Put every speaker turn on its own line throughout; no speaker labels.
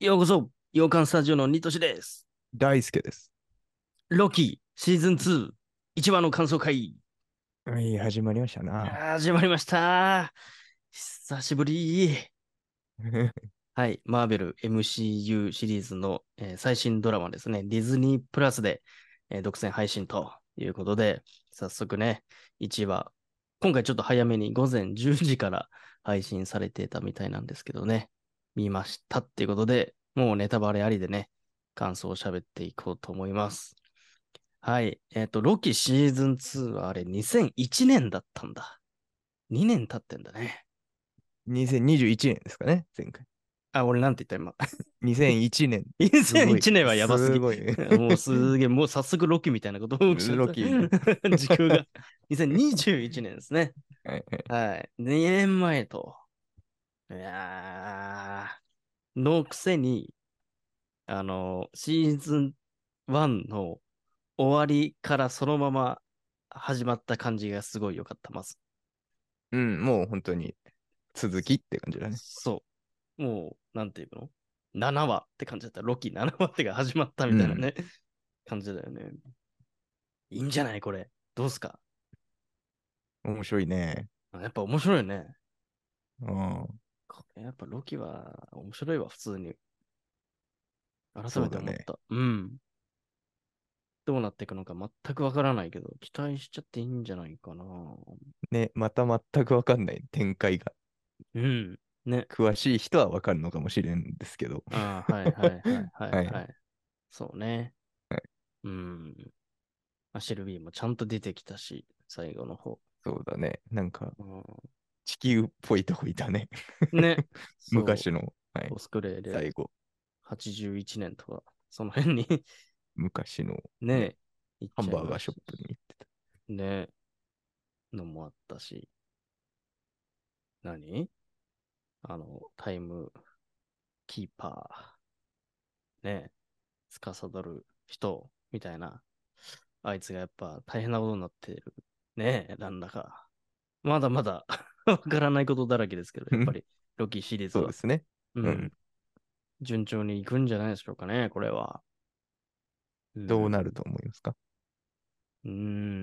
ようこそ、洋館スタジオのニトシです。
大輔です。
ロキシーズン2、1話の感想会、
いい始まりましたな。
始まりました。久しぶり。 はい、マーベル MCU シリーズの、えー最新ドラマですね、ディズニープラスで、えー独占配信ということで、早速ね、1話、今回ちょっと早めに午前10時から配信されてたみたいなんですけどね、見ましたっていうことで、もうネタバレありでね、感想を喋っていこうと思います。はい、えっ、と、ロキシーズン2はあれ2001年だったんだ。2年経ってんだね。
2021年ですかね、前回。
あ、俺なんて言った今。
2001年。
2001年はやばすぎ
すごいね。
もうすげえ、もう早速ロキみたいなことをしちゃった
ロ キ
時空が。2021年ですね。
はいはい
はい。2年前と。いやーのくせに、あの、シーズン1の終わりからそのまま始まった感じがすごい良かった、まず。
うん、もう本当に続きって感じだね。
そう。もう、なんていうの ?7 話って感じだった。ロキ7話ってが始まったみたいなね、感じだよね。いいんじゃないこれ。どうすか
面白いね。
やっぱ面白いね。
うん。
これやっぱロキは面白いわ、普通に。改
そ
め
う
て
だ
思っ
ね
た。うん。どうなっていくのか全くわからないけど、期待しちゃっていいんじゃないかな。
ね、また全くわかんない展開が。
うん。ね。
詳しい人はわかるのかもしれんですけど。
ああ、はいはいはいはい、は。
はい
そうね。
はい
うん。まあシルビーもちゃんと出てきたし、最後の方。
そうだね。なんか
う
地球っぽいとこいたね。
ん、ね。そう
昔の、はい
オ、スクレイ
最
で
後。
81年とか、その辺に
昔の
ね、
ハンバーガーショ
プ
ップに行ってた。
ね。のもあったし。何あの、タイムキーパー。ね。司る人みたいな。あいつがやっぱ大変なことになってる。ねなんだか。まだまだ わからないことだらけですけど、やっぱりロキシリーズ
そう
は
で。すね。
う
うん
ん。順調にいくんじゃないでしょうかね、これは。
どう
る
なると思いますか
うー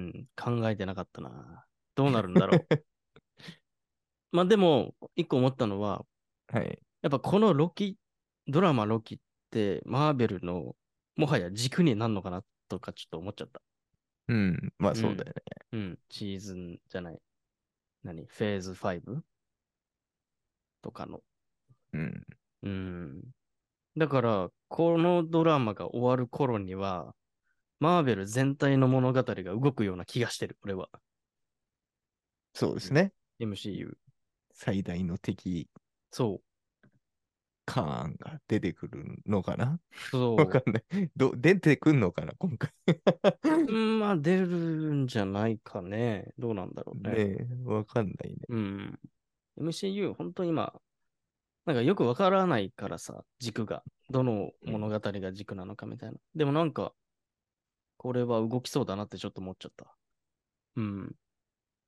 ん、考えてなかったな。どうなるんだろう。まあでも、一個思ったのは、
はい。
やっぱこのロキ、ドラマロキって、マーベルの、もはや軸になるのかなとかちょっと思っちゃった。
うん。まあそうだよね。
うん、シーズンじゃない。何フェーズ 5? とかの。
うん。
うん。だから、このドラマが終わる頃には、マーベル全体の物語が動くような気がしてる、俺は。
そうですね。
MCU。
最大の敵
そう。
カーンが出てくるのかな
そ
わかんない。 ど出てくんのかな今回。
う。まあ、出るんじゃないかね。どうなんだろう
ね
ね。
え、わかんないね。
うん。MCU、本当に今、なんかよくわからないからさ、軸が。どの物語が軸なのかみたいな。でもなんか、これは動きそうだなってちょっと思っちゃった。うん。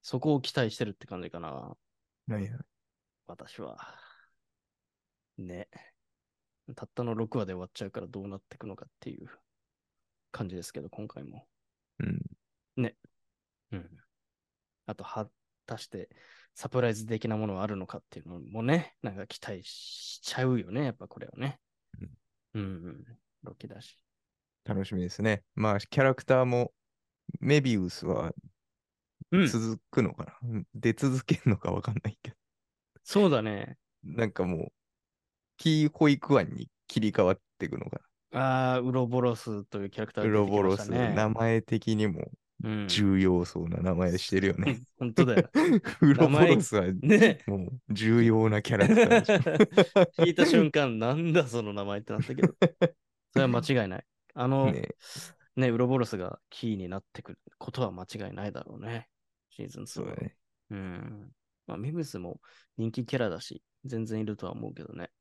そこを期待してるって感じかな。
はいはい
私は。ね。たったの6話で終わっちゃうからどうなっていくのかっていう感じですけど、今回も。
うん。
うん。あと、果たしてサプライズ的なものはあるのかっていうのもね、なんか期待しちゃうよね、やっぱこれはね。うん、うん、ロキだし。
楽しみですね。まあ、キャラクターも、メビウスは
うん、
続くのかな、うん出続けるのかわかんないけど。
そうだね。
なんかもう、キー保育園に切り替わっていくのか
ああ、ウロボロスというキャラクタ
な、
ー
ウ
が出てきま
ロボロ
した
ス、
ね。
名前的にも
うん、
重要そうな名前してるよね。
本当だよ。
ウロボロスは、
ね。
もう重要なキャラクターでしょ
聞いた瞬間、なんだその名前ってなった けど。それは間違いない。あの、
ね
ねウロボロスがキーになってくることは間違いないだろうね。シーズン2
そう
は
だ。ね。
うん。まあ、メブスも人気キャラだし、全然いるとは思うけどね。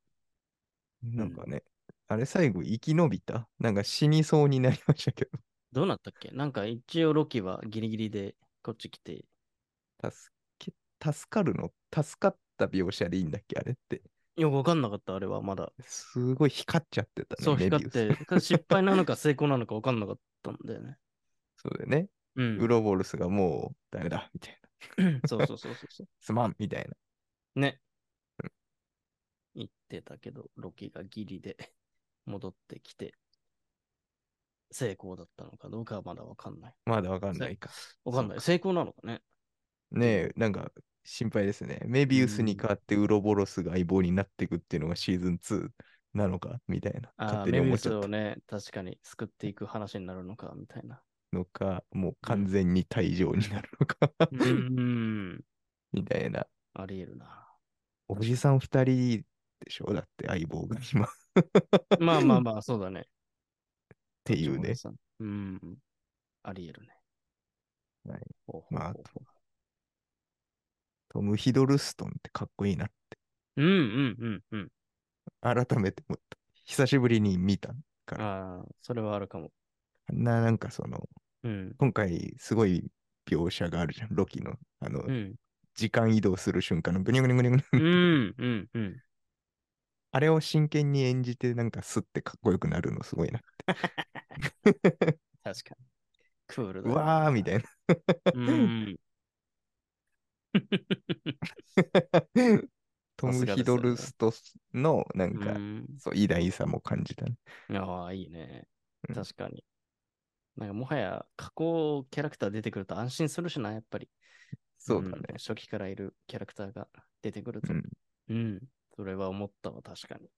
なんかね、あれ最後生き延びたなんか死にそうになりましたけ
どうなったっけなんか一応ロキはギリギリでこっち来て、
ど、助け、助かるの助かった描写でいいんだっけあれって。
よくわかんなかった、あれはまだ。
すごい光っちゃってたね。
そう、
メビ
光っ
ウス
て、失敗なのか成功なのかわかんなかったんだよね。
そうだよね。
う
ウ
ん。
ロボルスがもうダメだ、みたいな。
そうそうそうそうそ
すまん、みたいな。
う。ね。言ってたけど、ロキがギリで 戻ってきて、成功だったのかどうかはまだわかんない。
まだわかんないか。
わかんない。成功なのかね。
ねえ、なんか心配ですね。メビウスに代わってウロボロスが相棒になっていくっていうのがシーズン2なのかみたいな。
あ
勝
あ、
手に
メビウ
思っち
ス
ゃっ
を
た
ね、確かに救っていく話になるのか、みたいな。
のか、もう完全に退場になるのか
うーん。
みたいな。
あり得るな。
おじさん二人でしょだって相棒が今っ
まあまあまあ、そうだ ね。って
いうね。。
うん。あり得るね。
はい
ほうほうほう。
まああとトム・ヒドルストンってかっこいいな。
うんうんうんうん。
改めて思った。久しぶりに見たから。
ああ、それはあるかも。
な、なんかその、
うん。
今回すごい描写があるじゃん。ロキの、あの、
うん。
時間移動する瞬間のグニョグニョグニョグニョ
うんうんうん。
あれを真剣に演じて、なんかスッてかっこよくなるのすごいな。
確かに。クールだ
う
な。
わー みたいな。
うん。
トム・ヒドルストの、なんか、そう、偉大さも感じた、ね。
うん、ああ、いいね
う。ん
確かに。なんかもはや加工キャラクター出てくると安心するしな、やっぱり。
そうだね。
ん初期からいるキャラクターが出てくると。
う
うんん。それは思ったわ、確かに。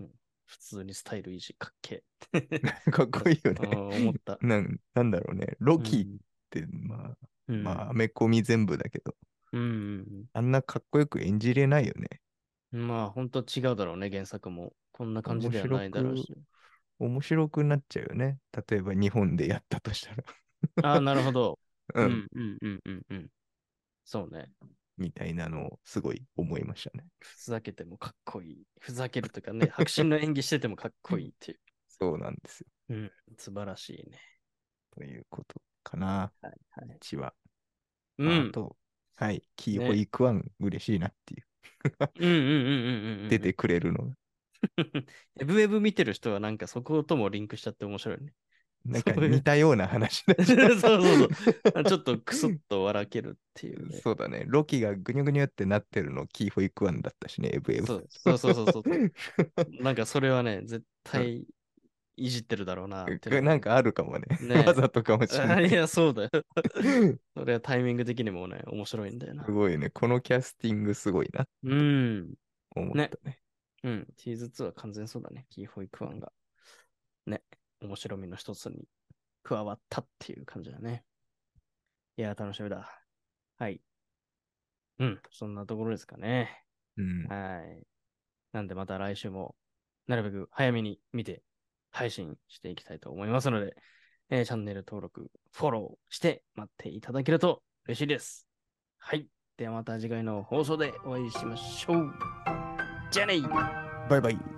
うん、普通にスタイルいいし、かっけえ。
かっこいいよ
う ん
ね。
思った。
なんなんだろうね。ロキって、まあ、
うん、うん、
まあ、アメコミ全部だけど、
うんうん
あんなかっこよく演じれないよね。
うん。まあ、本当違うだろうね、原作も。こんな感じではないだろう
面
し。
面白くなっちゃうよね。例えば日本でやったとしたら。
ああ、なるほど。
うん、
うんうんうんうんうん。そうね。
みたいなのをすごい思いましたね。
ふざけてもかっこいい。ふざけるというか ね、迫真の演技しててもかっこいいっていう。
そうなんですよ。
うん、素晴らしいね。
ということかな。
はいはい。
一話。
う
まあ
ん
あ。と、はい、キーホイクワン、嬉しいなっていう。
うんうんうんうんうんうん。
出てくれるのが。
ウェブウェブ見てる人はなんかそこともリンクしちゃって面白 いね。
なんか
そういう
似たような話だ し
そうそうそう。ちょっとクスッと笑けるっていうね。
そうだね。ロキがぐにょぐにょってなってるの、キーホイクワンだったしね、エブエブ。
そうそうそう そうそうそう。なんかそれはね、絶対いじってるだろうなっていうのが。
なんかあるかもね。
ね
わざとかもしれ
あ
ない。
いや、そうだよ。
す
それはタイミング的にもね、面白いんだよな。
ごいね。このキャスティングすごいな、
うん。
思ったね。
うん。シーズ2は完全そうだね。キーホイクワンが。ね。面白みの一つに加わったっていう感じだね。いやー、楽しみだ。はい。うん。そんなところですかね。
うん。
はい。なんでまた来週も、なるべく早めに見て、配信していきたいと思いますので、えーチャンネル登録、フォローして待っていただけると嬉しいです。はい。ではまた次回の放送でお会いしましょう。じゃあねー
バイバイ。